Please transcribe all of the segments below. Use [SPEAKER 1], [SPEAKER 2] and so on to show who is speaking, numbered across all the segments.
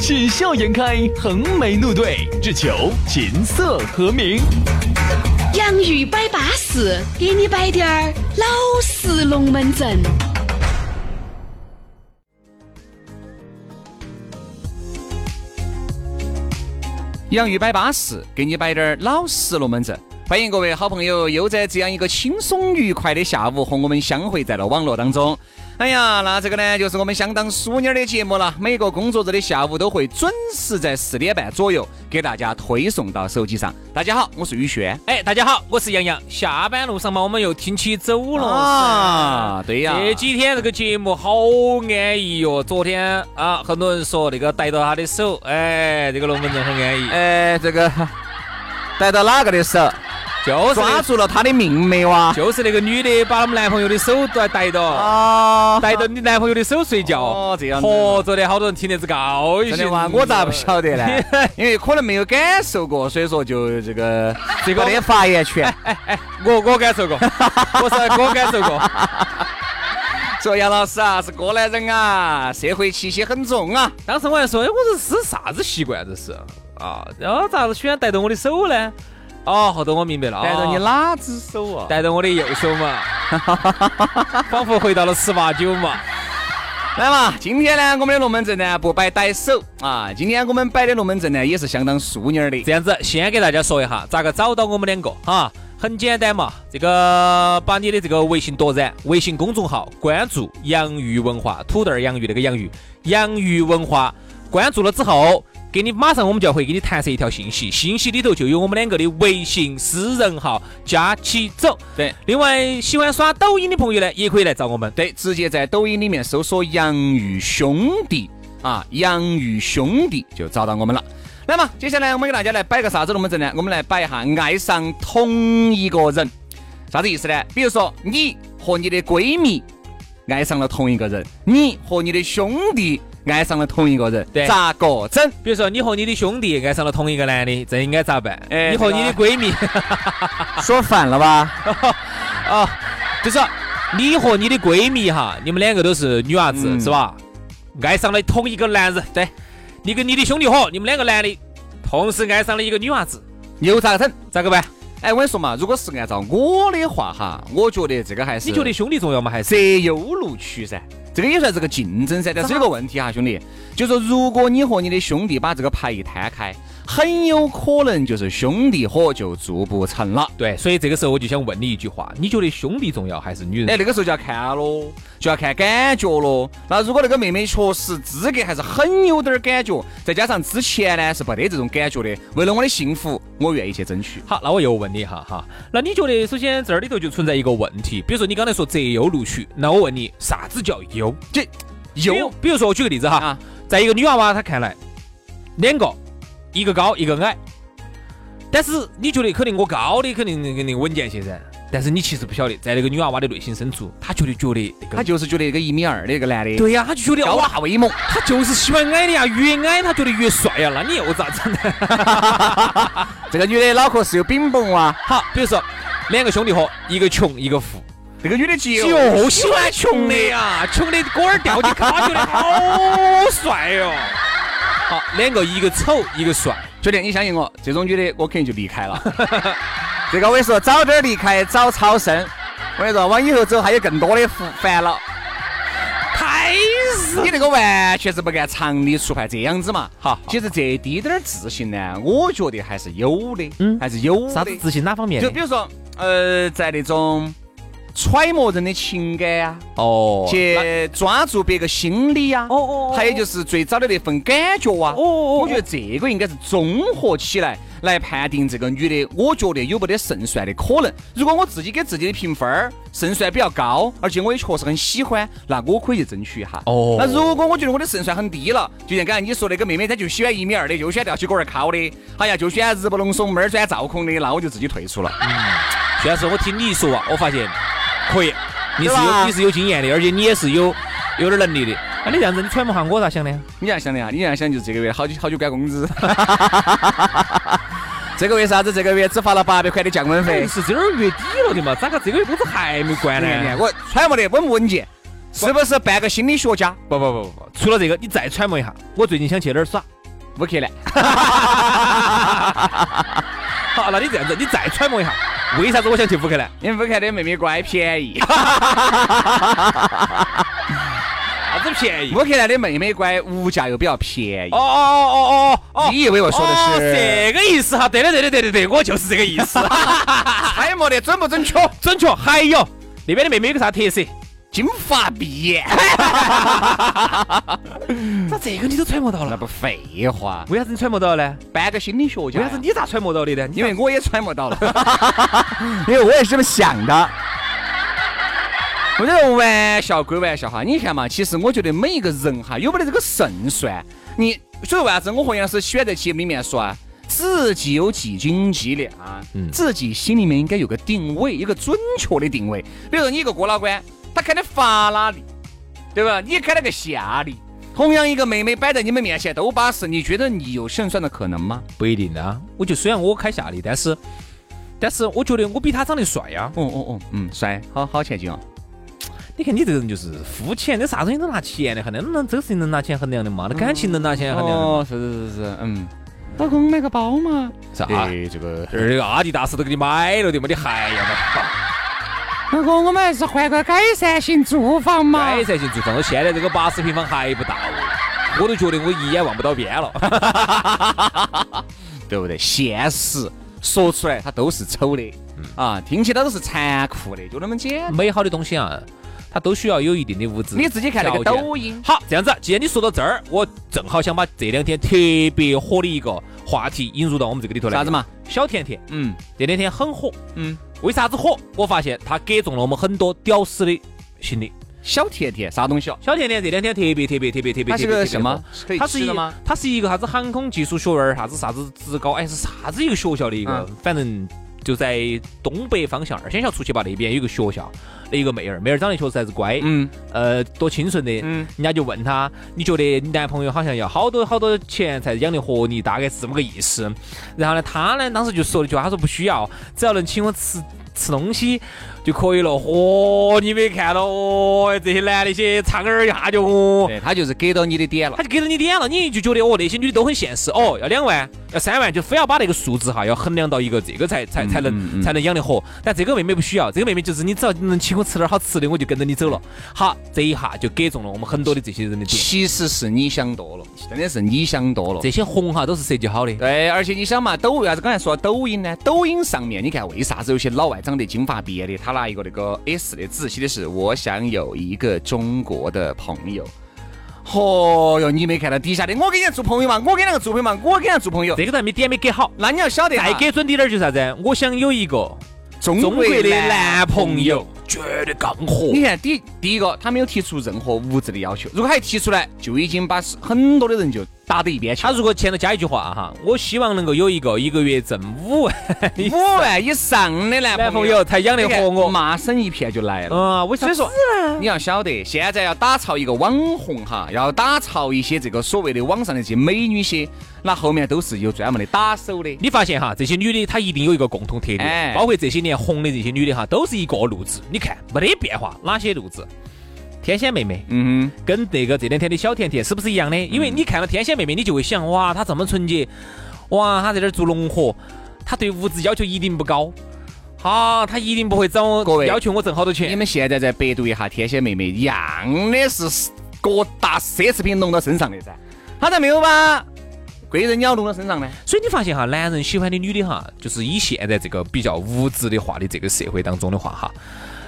[SPEAKER 1] 喜笑颜开，横眉怒对，只求琴瑟和鸣。
[SPEAKER 2] 洋芋摆巴士，给你摆点儿老式龙门阵。
[SPEAKER 3] 杨玉摆巴适，给你摆点儿老实龙门阵。欢迎各位好朋友，又在这样一个轻松愉快的下午和我们相会在了网络当中。哎呀，那这个呢，就是我们相当淑女儿的节目了。每个工作日的下午都会准时在四点半左右给大家推送到手机上。大家好，我是宇轩。
[SPEAKER 4] 哎，大家好，我是杨洋。下班路上嘛，我们又听起走了
[SPEAKER 3] 啊对
[SPEAKER 5] 哎
[SPEAKER 3] 呀
[SPEAKER 4] 这几天这个节目好安逸哟、昨天啊，很多人说那个逮到他的手，哎，这个龙门阵很安逸，
[SPEAKER 3] 哎，这个逮到哪个的手，
[SPEAKER 4] 就是那
[SPEAKER 3] 抓住了他的命没哇？
[SPEAKER 4] 就是那个女的把我们男朋友的手都逮到，
[SPEAKER 3] 啊，
[SPEAKER 4] 逮到你男朋友的手睡觉。
[SPEAKER 3] 哦这样子
[SPEAKER 4] 嚯，昨天好多人听得哎是高 兴。
[SPEAKER 3] 真的吗？我咋不晓得呢？ 因为可能没有感受过，所以说就这个
[SPEAKER 4] 这个
[SPEAKER 3] 没得发言权。
[SPEAKER 4] 我我感受过， 我是我感受过。
[SPEAKER 3] 说杨老师啊，是过来人啊，社会气息很重啊。
[SPEAKER 4] 当时我还说，哎，我说是啥子习惯这是啊？然后咋子喜欢逮到我的手呢？哦，后头我明白了，
[SPEAKER 3] 逮到你
[SPEAKER 4] 了，
[SPEAKER 3] 哪只手啊？
[SPEAKER 4] 逮到我的右手 嘛，仿佛回到了十八九嘛。
[SPEAKER 3] 来嘛，今天呢，我们的龙门阵呢不摆逮手啊，今天我们摆的龙门阵呢也是相当淑女儿的。
[SPEAKER 4] 这样子，先给大家说一下咋个找到我们两个哈。很简单嘛，这个把你的这个微信夺染，微信公众号关注“洋芋文化”，土豆儿洋芋那个洋芋，洋芋文化关注了之后，给你马上我们就会给你弹射一条信息，信息里头就有我们两个的微信私人号，加起走。
[SPEAKER 3] 对
[SPEAKER 4] 另外，喜欢刷抖音的朋友呢，也可以来找我们。
[SPEAKER 3] 对，直接在抖音里面搜索“洋芋兄弟”啊，“洋芋兄弟”就找到我们了。那么接下来我们给大家来摆个啥子龙门阵呢？我们来摆一下爱上同一个人，啥子意思呢？比如说你和你的闺蜜爱上了同一个人，你和你的兄弟爱上了同一个人，
[SPEAKER 4] 对
[SPEAKER 3] 咋个整？
[SPEAKER 4] 比如说，你和你的兄弟爱上了同一个男的，这应该咋办？
[SPEAKER 3] 哎
[SPEAKER 4] 你和你的闺蜜，
[SPEAKER 3] 说反了吧？
[SPEAKER 4] 啊，就是你和你的闺蜜哈，你们两个都是女娃子、
[SPEAKER 3] 嗯
[SPEAKER 4] 是吧？爱上了同一个男人，对，你跟你的兄弟伙，你们两个男的同时爱上了一个女娃子，
[SPEAKER 3] 又咋整？
[SPEAKER 4] 咋个办？
[SPEAKER 3] 哎，我跟你说嘛，如果是按照我的话哈，我觉得这个还是
[SPEAKER 4] 你觉得兄弟重要吗？还
[SPEAKER 3] 择
[SPEAKER 4] 是？
[SPEAKER 3] 优录取噻，这个也算是个竞争噻。但是有个问题哈，兄弟，就是说如果你和你的兄弟把这个牌一摊开，很有可能就是兄弟伙就做不成了。
[SPEAKER 4] 对，所以这个时候我就想问你一句话：你觉得兄弟重要还是女人？
[SPEAKER 3] 哎，那个时候就要看咯，就要看感觉咯。那如果那个妹妹确实资格还是很有点儿感觉，再加上之前呢是没得这种感觉的，为了我的幸福，我愿意去争取。
[SPEAKER 4] 好，那我又问你一下哈，那你觉得首先这儿里头就存在一个问题，比如说你刚才说择优录取，那我问你啥子叫优？
[SPEAKER 3] 这
[SPEAKER 4] 比
[SPEAKER 3] 有
[SPEAKER 4] 如比如说我举个例子哈，
[SPEAKER 3] 啊
[SPEAKER 4] 在一个女娃娃她看来，两个，一个高一个矮，但是你觉得肯定我高的肯定肯定稳健些噻，但是你其实不晓得，在那个女娃娃的内心深处，她觉得觉得那
[SPEAKER 3] 他
[SPEAKER 4] 个，
[SPEAKER 3] 就是觉得一个一米二的一个男的，
[SPEAKER 4] 对呀、她就觉得啊
[SPEAKER 3] 高
[SPEAKER 4] 哇，
[SPEAKER 3] 大威猛。
[SPEAKER 4] 她就是喜欢矮的呀，越矮她觉得越帅呀，那你又咋 整呢？
[SPEAKER 3] 这个女的脑壳是有饼崩啊哇，
[SPEAKER 4] 好，比如说两个兄弟伙，一个穷一个富。
[SPEAKER 3] 这个女的就
[SPEAKER 4] 就喜欢穷的呀，穷的锅儿掉进卡，觉得好帅哟、好，两个一个丑一个帅，
[SPEAKER 3] 兄弟，你相信我，这种女的我肯定就离开了。 这个我跟你说，早点离开，早超生。我跟你说，往以后走还有更多的烦 烦恼。
[SPEAKER 4] 太是
[SPEAKER 3] 你那个完全是不按常理出牌，这样子嘛。
[SPEAKER 4] 好
[SPEAKER 3] 其实这滴点儿自信呢，我觉得还是有的，
[SPEAKER 4] 嗯
[SPEAKER 3] 还是有的。
[SPEAKER 4] 啥子自信哪方面
[SPEAKER 3] 就比如说，呃，在那种揣摩人的情感啊，
[SPEAKER 4] 哦
[SPEAKER 3] 去抓住别个心理呀、
[SPEAKER 4] 哦哦哦
[SPEAKER 3] 还有就是最早的那份感觉啊。
[SPEAKER 4] 哦哦哦
[SPEAKER 3] 我觉得这个应该是综合起来来判定这个女的，我觉得有没得胜算的可能。如果我自己给自己的评分儿胜算比较高，而且我也确实很喜欢，那我可以去争取一下。
[SPEAKER 4] 哦
[SPEAKER 3] 那如果我觉得我的胜算很低了，就像刚才你说那个妹妹，她就喜欢一米二的，就喜欢吊起锅儿烤的，哎呀，就喜欢日不隆怂、妹儿转造空的，那我就自己退出了。
[SPEAKER 4] 虽然说我听你一说啊，我发现可以，你是
[SPEAKER 3] 对吧
[SPEAKER 4] 有你是有经验的，而且你也是有有点能力的。那你这样子，你揣摩下我咋想的？
[SPEAKER 3] 你要想的呀，啊你要想就是这个月好久好久赶工资， 这个月啥子？这个月只发了八百块的降温费。
[SPEAKER 4] 哎是这儿月底了的嘛，咋个这个月工资还没关
[SPEAKER 3] 你看你
[SPEAKER 4] 呢？
[SPEAKER 3] 看我揣摩的稳不稳健？是不是半个心理学家？
[SPEAKER 4] 不不不不不，除了这个，你再揣摩一下，我最近想去哪儿耍？
[SPEAKER 3] 乌克兰。
[SPEAKER 4] 好，那你这样子，你再揣摩一下，为啥子我想去乌克兰？
[SPEAKER 3] 因为乌克兰的妹妹乖，便宜。
[SPEAKER 4] 啥子便宜？
[SPEAKER 3] 乌克兰的妹妹乖，物价又比较便宜
[SPEAKER 4] 哦。哦哦哦哦哦！
[SPEAKER 3] 你以为我说
[SPEAKER 4] 哦
[SPEAKER 3] 的是？
[SPEAKER 4] 这个意思哈？啊对的对的对对对，我就是这个意 思，
[SPEAKER 3] 猜摩的准不准确？
[SPEAKER 4] 准确。还有那边的妹妹有个啥特色？
[SPEAKER 3] 金发碧眼。
[SPEAKER 4] 咋这哎个你都揣摩到
[SPEAKER 3] 那
[SPEAKER 4] 了？
[SPEAKER 3] 不废话，
[SPEAKER 4] 为啥子你揣摩到呢？
[SPEAKER 3] 半个心理学家
[SPEAKER 4] 为啥
[SPEAKER 3] 呀。
[SPEAKER 4] 子你咋揣摩到的呢？你
[SPEAKER 3] 因为我也揣摩到了， 因为我也是这么想的。 我这个玩笑归玩笑哈，你看嘛，其实我觉得每一个人哈，有没得这个胜算，你所以为啥子我和杨老师喜欢在节目里面说啊，自己有几斤几两，啊自己心里面应该有个定位，一个准确的定位。比如说你一个郭老倌，他开的法拉利，对吧？你开了个夏利，同样一个妹妹摆在你们面前都巴适，你觉得你有胜算的可能吗？
[SPEAKER 4] 不一定啊。我就虽然我开夏利，但是但是我觉得我比他长得帅呀、
[SPEAKER 3] 哦哦哦，嗯，帅，好好前进哦。
[SPEAKER 4] 你看你这个人就是肤浅，这啥东西都拿钱的衡量，能这个事情能拿钱衡量的嘛？那感情能拿钱衡量的吗？
[SPEAKER 3] 哦，是是是是，嗯。老公买个包嘛？
[SPEAKER 4] 啥？
[SPEAKER 3] 啊
[SPEAKER 4] 这个这个阿迪达斯都给你买了的嘛，你还要买？
[SPEAKER 3] 老公，我们还是换个改善型住房嘛
[SPEAKER 4] 改。善性住房，我现在这个八十平方还不到，我都觉得我一眼望不到边了。
[SPEAKER 3] 对不对？现实说出来，它都是丑的，啊，听起来都是残酷的，就那么简单。
[SPEAKER 4] 美好的东西啊，它都需要有一定的物质。
[SPEAKER 3] 你自己看那个
[SPEAKER 4] 条件
[SPEAKER 3] 抖音，
[SPEAKER 4] 好，这样子，既然你说到这儿，我正好想把这两天特别火的一个话题引入到我们这个里头来。
[SPEAKER 3] 啥子？嘛？
[SPEAKER 4] 小甜甜
[SPEAKER 3] 嗯
[SPEAKER 4] 这两天很火，
[SPEAKER 3] 嗯，
[SPEAKER 4] 为啥子火？我发现它给中了我们很多屌丝的心理。
[SPEAKER 3] 小甜甜啥东西哦？
[SPEAKER 4] 小甜甜这两天特别特别特别特别特别
[SPEAKER 3] 它是个
[SPEAKER 4] 特别
[SPEAKER 3] 什么
[SPEAKER 4] 火？？
[SPEAKER 3] 可以
[SPEAKER 4] 它是
[SPEAKER 3] 吃
[SPEAKER 4] 一
[SPEAKER 3] 的吗？？
[SPEAKER 4] 它是一个啥子航空技术学院，啥子啥子职高，哎是啥子一个学校的一个，
[SPEAKER 3] 嗯
[SPEAKER 4] 反正就在东北方向二仙桥出去吧，那边有一个学校的一个妹儿，妹儿长得确实还是乖，
[SPEAKER 3] 嗯
[SPEAKER 4] 呃多清纯的，
[SPEAKER 3] 嗯，
[SPEAKER 4] 人家就问她，你觉得你男朋友好像要好多好多钱才养得活你，大概是这么个意思。然后呢，她呢当时就说了一句话，她说不需要，只要能请我吃吃东西就可以了。嚯、你没看到哦，这些男的些苍蝇儿一下就哦。
[SPEAKER 3] 对，它就是给到你的点了
[SPEAKER 4] 他。就给了你点了，你就觉得哦，那些女的都很现实哦，要两万，要三万，就非要把那个数字哈，要衡量到一个这个才才才能、
[SPEAKER 3] 嗯嗯
[SPEAKER 4] 才能养得活。但这个妹妹不需要，这个妹妹就是你只要能请我吃点好吃的，我就跟着你走了。好，这一下就给中了我们很多的这些人的点。
[SPEAKER 3] 其实是你想多了，真的是你想多了。
[SPEAKER 4] 这些红哈都是设计好的，
[SPEAKER 3] 对，而且你想嘛，抖为啊啥子刚才说到抖音呢？抖音上面你看为啥子有些老外长得金发碧眼的，他拿一个那个 S 的字写的是“我想有一个中国的朋友”。嚯哟，你没看到底下的？我跟人家做朋友嘛，我跟那个做朋友嘛，我跟人家做朋友。
[SPEAKER 4] 这个人没点没给好。
[SPEAKER 3] 那你要晓得啊哈，
[SPEAKER 4] 再给准滴点儿就是啥子？我想有一个
[SPEAKER 3] 中
[SPEAKER 4] 中国
[SPEAKER 3] 国
[SPEAKER 4] 的
[SPEAKER 3] 的
[SPEAKER 4] 男
[SPEAKER 3] 男
[SPEAKER 4] 朋
[SPEAKER 3] 朋友。
[SPEAKER 4] 友，绝对杠火。
[SPEAKER 3] 你看，第第一个，他没有提出任何物质的要求，如果他一提出来，就已经把很多的人就打到一边去
[SPEAKER 4] 他
[SPEAKER 3] 了。
[SPEAKER 4] 如果前头加一句话哈，我希望能够有一个一个月挣五万
[SPEAKER 3] 五万以上的
[SPEAKER 4] 男
[SPEAKER 3] 男朋
[SPEAKER 4] 朋
[SPEAKER 3] 友
[SPEAKER 4] 友，才养得
[SPEAKER 3] 你
[SPEAKER 4] 活
[SPEAKER 3] 看
[SPEAKER 4] 我。
[SPEAKER 3] 骂声一片就来了。
[SPEAKER 4] 啊，为啥
[SPEAKER 3] 所以
[SPEAKER 4] 子
[SPEAKER 3] 说，你要晓得，现在要打造一个网红哈，要打造一些这个所谓的网上的这些美女些，那后面都是有专门的打手的。
[SPEAKER 4] 你发现哈，这些女的她一定有一个共同特点，
[SPEAKER 3] 哎
[SPEAKER 4] 包括这些年红的这些女的哈，都是一个路子。你看没得变化，哪些路子？天仙妹妹
[SPEAKER 3] 嗯哼，
[SPEAKER 4] 跟那个这两天的小甜甜是不是一样的？因为
[SPEAKER 3] 嗯
[SPEAKER 4] 你看了天仙妹妹，你就会想，哇，她这么纯洁，哇，她在这儿做农活，她对物质要求一定不高，啊，她一定不会找
[SPEAKER 3] 各
[SPEAKER 4] 我
[SPEAKER 3] 位
[SPEAKER 4] 要求我挣好多
[SPEAKER 3] 你
[SPEAKER 4] 钱。
[SPEAKER 3] 们现在在百度一下天仙妹妹，一样的是各大奢侈品弄到身上的噻，她咋没有把贵人鸟弄到身上呢？
[SPEAKER 4] 所以你发现哈，男人喜欢的女的哈，就是以现在这个比较物质的话的这个社会当中的话哈，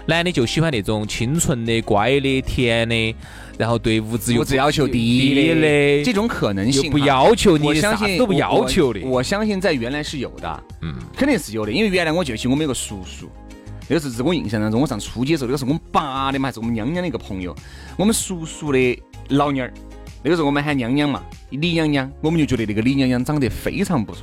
[SPEAKER 4] 男的就喜欢那种清纯的、乖的、甜的，然后对物质又
[SPEAKER 3] 物质要求低
[SPEAKER 4] 低的
[SPEAKER 3] 这种可能
[SPEAKER 4] 又
[SPEAKER 3] 性
[SPEAKER 4] 不
[SPEAKER 3] 哈
[SPEAKER 4] 要求
[SPEAKER 3] 我
[SPEAKER 4] 你，
[SPEAKER 3] 相
[SPEAKER 4] 啥
[SPEAKER 3] 信
[SPEAKER 4] 子都不
[SPEAKER 3] 我
[SPEAKER 4] 要求的。
[SPEAKER 3] 我我相信在原来是有的，嗯，肯定是有的，因为原来我就记得我们有个叔叔，那个是自我印象当中，我上初几的时候，那个是我们爸的嘛，还是我们娘娘的一个朋友，我们叔叔的老娘儿，那个时候我们喊娘娘嘛，李娘娘，我们就觉得那个李娘娘长得非常不错，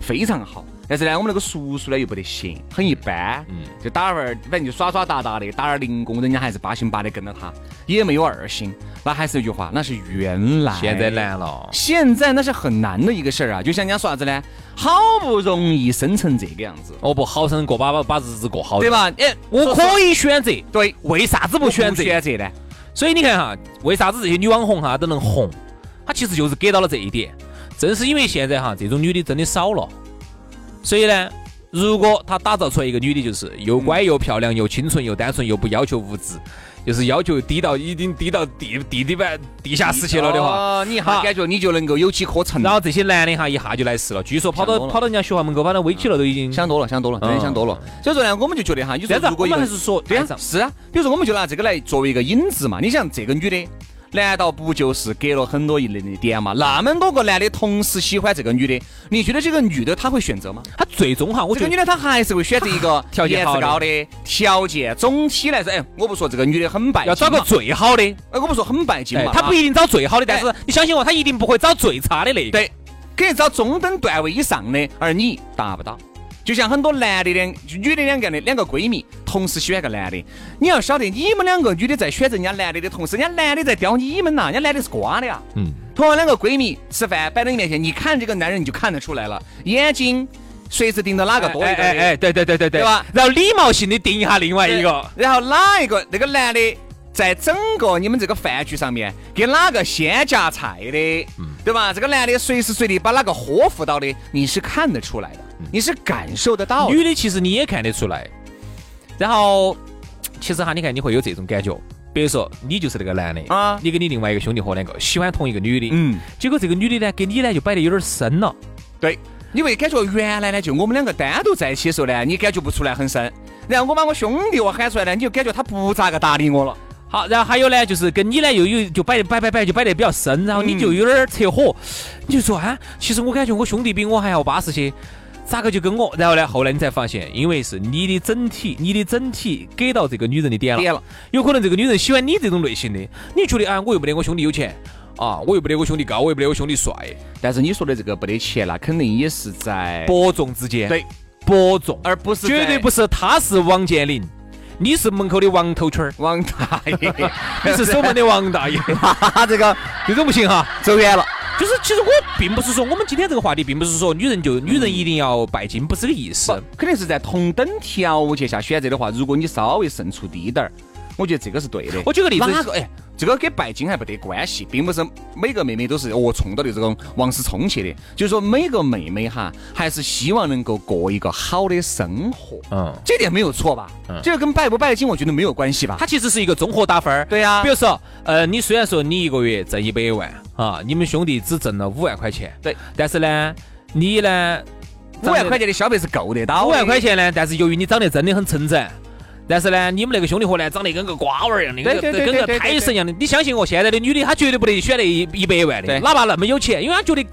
[SPEAKER 3] 非常好。但是呢，我们那个叔叔呢又不得行，很一般，嗯，就打会儿，反正就耍耍打打的，打点儿零工，人家还是八心八的跟着他，也没有二心。那还是那句话，那是原来，
[SPEAKER 4] 现在难了，
[SPEAKER 3] 现在那是很难的一个事儿啊，就像人家说啥子呢？好不容易生成这个样子，
[SPEAKER 4] 我哦不好生过把把把日子过好，
[SPEAKER 3] 对？吧？哎，
[SPEAKER 4] 我
[SPEAKER 3] 说
[SPEAKER 4] 可以选择，
[SPEAKER 3] 对，
[SPEAKER 4] 为啥子
[SPEAKER 3] 我
[SPEAKER 4] 不选择？
[SPEAKER 3] 选择呢？
[SPEAKER 4] 所以你看哈，为啥子这些女网红哈都能红？她其实就是给到了这一点。正是因为现在哈这种女的真的少了，所以呢，如果她打造出来一个女的，就是又乖又漂亮又清纯又单纯又不要求物质，就是要求低到已经低到地地底板地下室去了的话，
[SPEAKER 3] 哦，你一下
[SPEAKER 4] 哈
[SPEAKER 3] 感觉你就能够有机可乘。
[SPEAKER 4] 然后这些男的哈一下就来事了，据说跑
[SPEAKER 3] 想
[SPEAKER 4] 到
[SPEAKER 3] 多了
[SPEAKER 4] 跑到人家学校门口，跑到微起了都已经。
[SPEAKER 3] 想多了，想多了，真的
[SPEAKER 4] 嗯
[SPEAKER 3] 想多了。所以说呢，我们就觉得哈，你说
[SPEAKER 4] 但是
[SPEAKER 3] 如果
[SPEAKER 4] 我
[SPEAKER 3] 一个
[SPEAKER 4] 们还是说
[SPEAKER 3] 对
[SPEAKER 4] 爱
[SPEAKER 3] 啊
[SPEAKER 4] 上，
[SPEAKER 3] 是啊，比如说我们就拿这个来作为一个引子嘛。你想这个女的，难道不就是隔了很多一类的点嘛？那么多个男的同时喜欢这个女的，你觉得这个女的她会选择吗？
[SPEAKER 4] 她最终哈，我
[SPEAKER 3] 这
[SPEAKER 4] 觉
[SPEAKER 3] 个女
[SPEAKER 4] 得
[SPEAKER 3] 的她还是会选择一 个
[SPEAKER 4] 条件
[SPEAKER 3] 颜值
[SPEAKER 4] 好的
[SPEAKER 3] 高的条件，总体来说，哎，我不说这个女的很拜金
[SPEAKER 4] 要
[SPEAKER 3] 嘛，
[SPEAKER 4] 找个最好的，
[SPEAKER 3] 哎，我不说很拜金
[SPEAKER 4] 哎
[SPEAKER 3] 嘛，
[SPEAKER 4] 她不一定找最好的，但
[SPEAKER 3] 哎
[SPEAKER 4] 是你相信我，她一定不会找最差的那一个。
[SPEAKER 3] 对，肯定找中等段位以上的，而你达不到。就像很多男的两女的两个的两个闺蜜同时喜欢个男的，你要晓得你们两个女的在选择人家男的的同时，人家男的在叼你们呐、人家男的是瓜的呀、
[SPEAKER 5] 嗯，
[SPEAKER 3] 同样两个闺蜜吃饭摆到你面前，你看这个男人你就看得出来了，眼睛随时盯着哪个多一
[SPEAKER 4] 哎
[SPEAKER 3] 点的。
[SPEAKER 4] 哎哎，对对对对对，
[SPEAKER 3] 对吧
[SPEAKER 4] 然后礼貌性的定一下另外一个，
[SPEAKER 3] 然后哪一个那个男的在整个你们这个饭局上面给哪个先夹菜的，
[SPEAKER 4] 嗯
[SPEAKER 3] 对吧？这个男的随时随地把哪个呵护到的，你是看得出来的，你是感受得到的。
[SPEAKER 4] 嗯女的其实你也看得出来。然后，其实哈，你看你会有这种感觉，比如说你就是那个男的
[SPEAKER 3] 啊
[SPEAKER 4] 你跟你另外一个兄弟伙两个喜欢同一个女的，
[SPEAKER 3] 嗯，
[SPEAKER 4] 结果这个女的呢，跟你呢就摆得有点深了。
[SPEAKER 3] 对，你会感觉原来呢，就我们两个单独在一起的时候呢，你感觉不出来很深。然后我把我兄弟我喊出来呢，你就感觉他不咋个搭理我了。
[SPEAKER 4] 好，然后还有呢，就是跟你呢又有就摆得摆摆摆就摆得比较深，然后你
[SPEAKER 3] 嗯
[SPEAKER 4] 就有点儿扯火，你就说啊，其实我感觉我兄弟比我还要巴适些，咋个就跟我？然后呢，后来你才发现，因为是你的整体，你的整体给到这个女人的点了，
[SPEAKER 3] 点了
[SPEAKER 4] 有可能这个女人喜欢你这种类型的，你觉得啊，我又没得我兄弟有钱啊，我又没得我兄弟高，我又没得我兄弟帅，
[SPEAKER 3] 但是你说的这个没得钱，那肯定也是在
[SPEAKER 4] 伯仲之间，，
[SPEAKER 3] 对，
[SPEAKER 4] 伯仲，
[SPEAKER 3] 而不是
[SPEAKER 4] 绝对不
[SPEAKER 3] 是
[SPEAKER 4] 是他是王健林，你是门口的王头圈儿，
[SPEAKER 3] 王大爷，
[SPEAKER 4] 你是守门的王大爷，
[SPEAKER 3] 他这个
[SPEAKER 4] 这种不行哈。
[SPEAKER 3] 走远了。
[SPEAKER 4] 就是其实我并不是说我们今天这个话题，并不是说女人就女人一定要拜金，不是这个意思。
[SPEAKER 3] 肯定是在同等条件下选择的话，如果你稍微胜出低点儿，我觉得这个是对的。
[SPEAKER 4] 我举个例子
[SPEAKER 3] 哪个哎，这个跟拜金还不得关系，并不是每个妹妹都是哦冲到的这种王思聪去的，就是说每个妹妹哈，还是希望能够过一个好的生活，
[SPEAKER 4] 嗯，
[SPEAKER 3] 这点没有错吧？这个跟拜不拜金，我觉得没有关系吧？
[SPEAKER 4] 它其实是一个综合打分儿。
[SPEAKER 3] 对呀
[SPEAKER 4] 比如说，呃，你虽然说你一个月挣一百万啊，你们兄弟只挣了五万块钱，
[SPEAKER 3] 对，
[SPEAKER 4] 但是呢，你呢，
[SPEAKER 3] 五万块钱的消费是够得到的，
[SPEAKER 4] 五万块钱呢，但是由于你长得真的很撑展。但是呢，你们那个兄弟伙呢，长得跟个瓜娃儿一样的，跟个
[SPEAKER 3] 对对对
[SPEAKER 4] 跟
[SPEAKER 3] 对
[SPEAKER 4] 个
[SPEAKER 3] 对对
[SPEAKER 4] 胎神一样的。你相信我，现在的女的她绝对不得选那一一百万的，
[SPEAKER 3] 对
[SPEAKER 4] 哪怕那么有钱，因为她觉得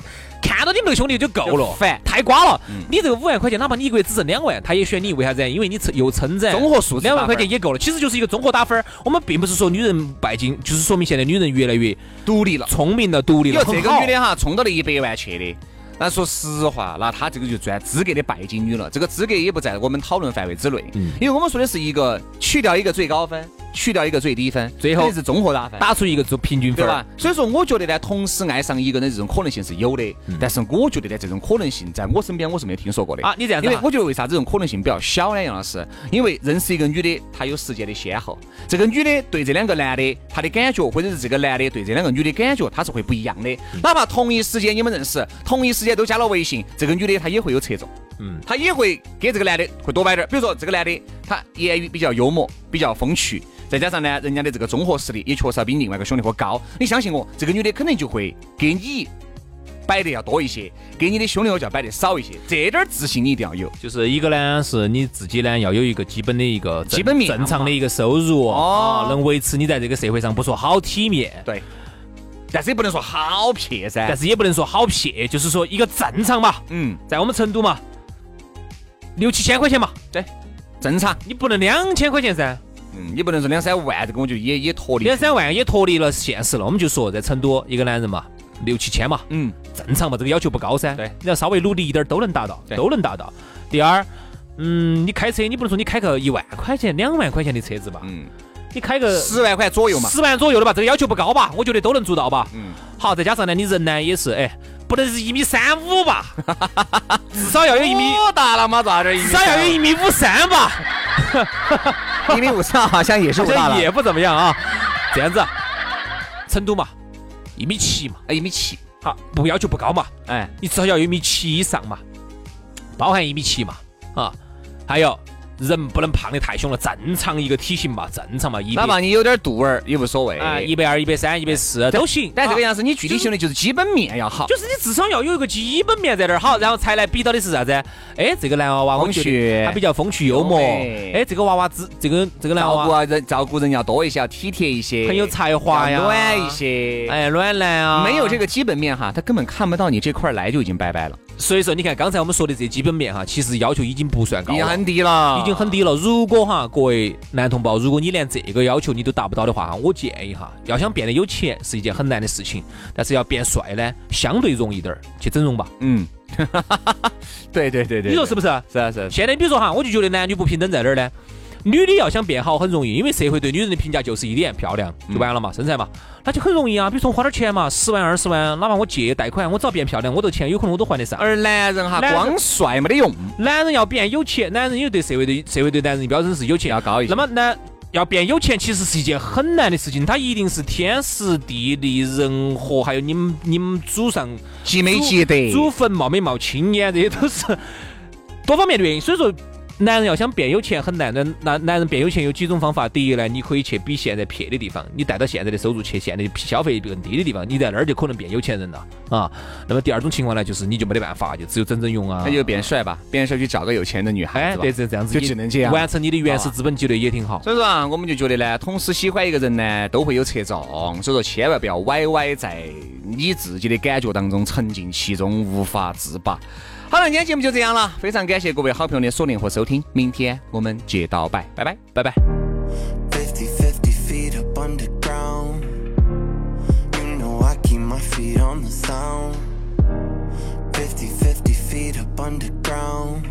[SPEAKER 4] 看到你们那个兄弟就够
[SPEAKER 3] 就
[SPEAKER 4] 了，
[SPEAKER 3] 烦
[SPEAKER 4] 太瓜了。
[SPEAKER 3] 嗯
[SPEAKER 4] 你这个五万块钱，哪怕你一个月只挣两万，她也选你，为啥子？因为你称又称展，
[SPEAKER 3] 综合素质
[SPEAKER 4] 两万
[SPEAKER 3] 打分
[SPEAKER 4] 块钱也够了。其实就是一个综合打分儿。我们并不是说女人拜金，就是说明现在女人越来越
[SPEAKER 3] 独立了。
[SPEAKER 4] 聪明了、独立
[SPEAKER 3] 有
[SPEAKER 4] 了，
[SPEAKER 3] 这
[SPEAKER 4] 很
[SPEAKER 3] 个
[SPEAKER 4] 好
[SPEAKER 3] 女。的哈，冲到了一百万去的。那说实话，那她这个就算资格的拜金女了。这个资格也不在我们讨论范围之内，
[SPEAKER 4] 嗯
[SPEAKER 3] 因为我们说的是一个去掉一个最高分，去掉一个最低分，
[SPEAKER 4] 最后
[SPEAKER 3] 肯定是综合打分，
[SPEAKER 4] 打出一个平均
[SPEAKER 3] 对
[SPEAKER 4] 分儿
[SPEAKER 3] 吧？？所以说，我觉得呢，同时爱上一个人这种可能性是有的，但是我觉得呢，这种可能性在我身边我是没有听说过的
[SPEAKER 4] 嗯啊你这样子啊
[SPEAKER 3] 因为我觉得为啥这种可能性比较小呢？杨老师，因为认识一个女的，她有时间的先后，这个女的对这两个男的，她的感觉，或者是这个男的对这两个女的感觉，她是会不一样的。
[SPEAKER 4] 嗯
[SPEAKER 3] 哪怕同一时间你们认识，同一时间都加了微信，这个女的她也会有侧重。
[SPEAKER 4] 嗯
[SPEAKER 3] 她也会给这个男的会多摆点儿，比如说这个男的他言语比较幽默，比较风趣，再加上呢，人家的这个综合实力也确实要比另外一个兄弟伙高。你相信我，这个女的肯定就会给你摆得要多一些，给你的兄弟伙就要摆得少一些，这点儿自信你一定要有。
[SPEAKER 4] 就是一个呢，是你自己呢要有一个基本的一个正
[SPEAKER 3] 基本面
[SPEAKER 4] 正常的一个收入
[SPEAKER 3] 哦哎
[SPEAKER 4] 啊，能维持你在这个社会上不说好体面，
[SPEAKER 3] 对，但是也不能说好撇噻
[SPEAKER 4] 但。是也不能说好撇，就是说一个正常嘛，
[SPEAKER 3] 嗯，
[SPEAKER 4] 在我们成都嘛，六七千块钱嘛，
[SPEAKER 3] 对，正常。
[SPEAKER 4] 你不能两千块钱噻，
[SPEAKER 3] 嗯，你不能说两三万这个我就也也脱离。
[SPEAKER 4] 两三万也脱离了现实了。我们就说在成都一个男人嘛，六七千嘛，
[SPEAKER 3] 嗯，
[SPEAKER 4] 正常嘛，这个要求不高噻。
[SPEAKER 3] 对，
[SPEAKER 4] 你要稍微努力一点儿都能达到，
[SPEAKER 3] 对
[SPEAKER 4] 都能达到。第二，嗯，你开车你不能说你开个一万块钱、两万块钱的车子吧？
[SPEAKER 3] 嗯，
[SPEAKER 4] 你开个
[SPEAKER 3] 十万块左右嘛。
[SPEAKER 4] 十万左右的吧，这个要求不高吧？我觉得都能做到吧。
[SPEAKER 3] 嗯，
[SPEAKER 4] 好，再加上呢，你人呢也是，哎，不能是一米三五吧，至少要有一米，
[SPEAKER 3] 多大了嘛？咋这一米
[SPEAKER 4] 至少要有一米五三吧，
[SPEAKER 3] 一米五三，好像也是
[SPEAKER 4] 好
[SPEAKER 3] 不大了
[SPEAKER 4] 像，也不怎么样啊。这样子，成都嘛，一米七嘛，
[SPEAKER 3] 哎一米七。
[SPEAKER 4] 好，不要求不高嘛，
[SPEAKER 3] 哎，
[SPEAKER 4] 你至少要有一米七以上嘛，包含一米七嘛，啊，还有人不能胖的太凶了，正常一个体型嘛，正常嘛，一百
[SPEAKER 3] 哪怕你有点肚儿也无所谓。
[SPEAKER 4] 啊，一百二、一百三、一百四都行。
[SPEAKER 3] 哎但这个
[SPEAKER 4] 啊
[SPEAKER 3] 样子，你具体
[SPEAKER 4] 就是
[SPEAKER 3] 行的就是基本面要好。
[SPEAKER 4] 就是你至少要有一个基本面在那儿好，然后才来比到的是啥子？哎，这个男娃娃我
[SPEAKER 3] 风
[SPEAKER 4] 觉
[SPEAKER 3] 趣
[SPEAKER 4] 得他比较风趣幽默
[SPEAKER 3] 幽默，
[SPEAKER 4] 哎，这个娃娃子这个这个男
[SPEAKER 3] 照
[SPEAKER 4] 娃
[SPEAKER 3] 顾
[SPEAKER 4] 娃
[SPEAKER 3] 啊人照顾人要多一些，要体贴一些，
[SPEAKER 4] 很有才华呀，
[SPEAKER 3] 要暖一，些。
[SPEAKER 4] 哎，暖男啊，
[SPEAKER 3] 没有这。个基本面哈，他根本看不到你这块儿来就已经拜拜了，
[SPEAKER 4] 所以说，你看刚才我们说的这基本面哈，其实要求已经不算高
[SPEAKER 3] 已经
[SPEAKER 4] 了。
[SPEAKER 3] 很低了，
[SPEAKER 4] 已经很低了。如果哈，各位男同胞，如果你连这个要求你都达不到的话，我建议哈，要想变得有钱是一件很难的事情，但是要变帅呢，相对容易点儿，去整容吧。
[SPEAKER 3] 嗯， 对对对对，
[SPEAKER 4] 你说是
[SPEAKER 3] 不
[SPEAKER 4] 不是？
[SPEAKER 3] 是啊是啊？
[SPEAKER 4] 现在比如说哈，我就觉得男女不平等在哪儿呢？女的要想变好很容易，因为社会对女人的评价就是一点漂亮
[SPEAKER 3] 嗯
[SPEAKER 4] 就完了嘛，身材嘛，那就很容易啊。比如说花点钱嘛，十万二十万，哪怕我借贷款，我只要变漂亮，我这钱有可能我都还得上。而
[SPEAKER 3] 啊而男人哈，
[SPEAKER 4] 男人
[SPEAKER 3] 光帅没得用，
[SPEAKER 4] 男人要变有钱，男人有对社会对社会对男人的标准是有钱
[SPEAKER 3] 要高一些
[SPEAKER 4] 那么男要变有钱，其实是一件很难的事情，它一定是天时地利人和，还有你们你们祖上
[SPEAKER 3] 积没积德，
[SPEAKER 4] 祖坟冒没冒青烟，这些都是多方面的原因。所以说，男人要想变有钱很难。男男男人变有钱有几种方法。第一呢，你可以去比现在撇的地方，你带到现在的收入去，现在的消费更低的地方，你在那儿就可能变有钱人了啊。那么第二种情况呢，就是你就没得办法，就只有整整容啊。
[SPEAKER 3] 他就变帅吧，变帅去找个有钱的女孩
[SPEAKER 4] 哎，
[SPEAKER 3] 子吧
[SPEAKER 4] 对，。这这样子
[SPEAKER 3] 就
[SPEAKER 4] 你
[SPEAKER 3] 只能这样
[SPEAKER 4] 完成你的原始资本积累也挺好。
[SPEAKER 3] 所以说啊，我们就觉得呢，同时喜欢一个人呢，都会有侧重。所以说，千万不要歪歪在你自己的感觉当中沉浸其中，无法自拔。好了，今天节目就这样了，非常感谢各位好朋友的锁定和收听，明天我们接到拜，拜拜，拜拜。
[SPEAKER 6] 50 50 feet up underground. You know, I keep my feet on the sound. 50 50 feet up underground.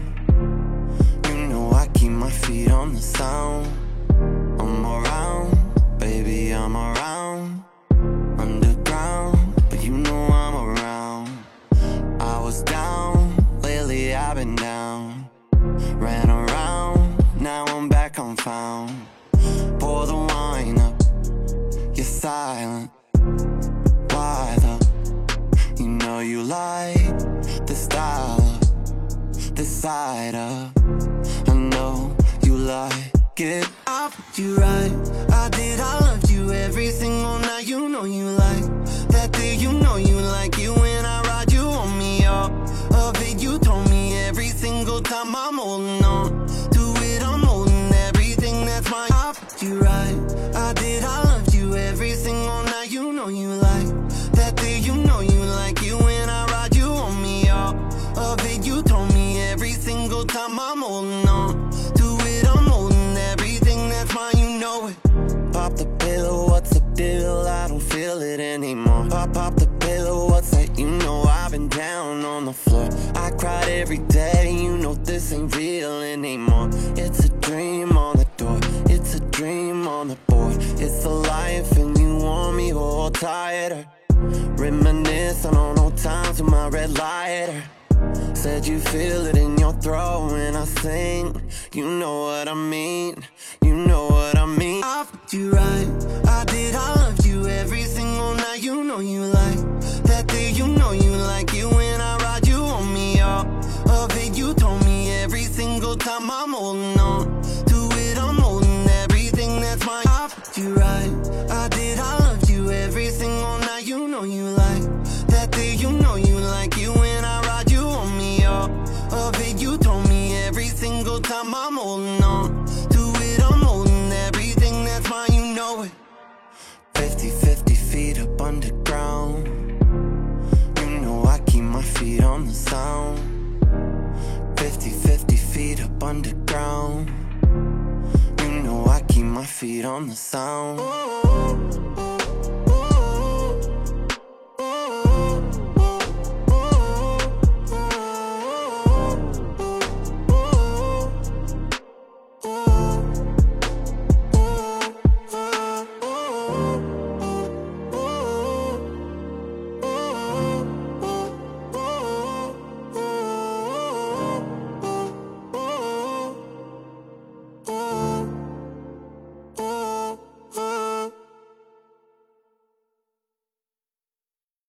[SPEAKER 6] You know, I keep my feet on the sound. I'm around, baby, I'm around. Underground, but you know I'm around. I was down, lately I've been down. Ran around, now I'm back, I'm found. Pour the wine up, you're silent. Why the? You know you like this style of this side up. I know you like it. I put you right, I did, I loved you every single night. You know you like that thing, you know you like you when I ride you on me up. Of it, you told me every single time I'm holding on to it, I'm holding everything that's mine. I put you right, I did, I loved you every single night. You know you like that thing, you know you like you when I ride you on me up. Of it, you told me every single time I'm holding on to it, I'm holding everything that's mine. You know it. Pop the pillow, what's the deal? I don't feel it anymore. Pop, pop the pillow, what's that? You know I've been down on the floor. I cried every day, you know this ain't real anymore. It's a dream on the door, it's a dream on the board. It's a life, and you want me all tighter. Reminiscing on old times with my red lighter. Said you feel it in your throat when I sing. You know what I mean. You know what I mean. I fucked you right. I did. I loved you every single night. You know you like that thing. You know you like you when I ride you on me up. Of it, you told me every single time I'm holding on to it. I'm holding everything that's mine. I fucked you right. I did. I loved you every single night. You know you like that thing. You know you like. of it. You told me every single time I'm holding on to it. I'm holding everything that's mine. You know it. 50 50 feet up underground. You know I keep my feet on the sound. 50 50 feet up underground. You know I keep my feet on the sound.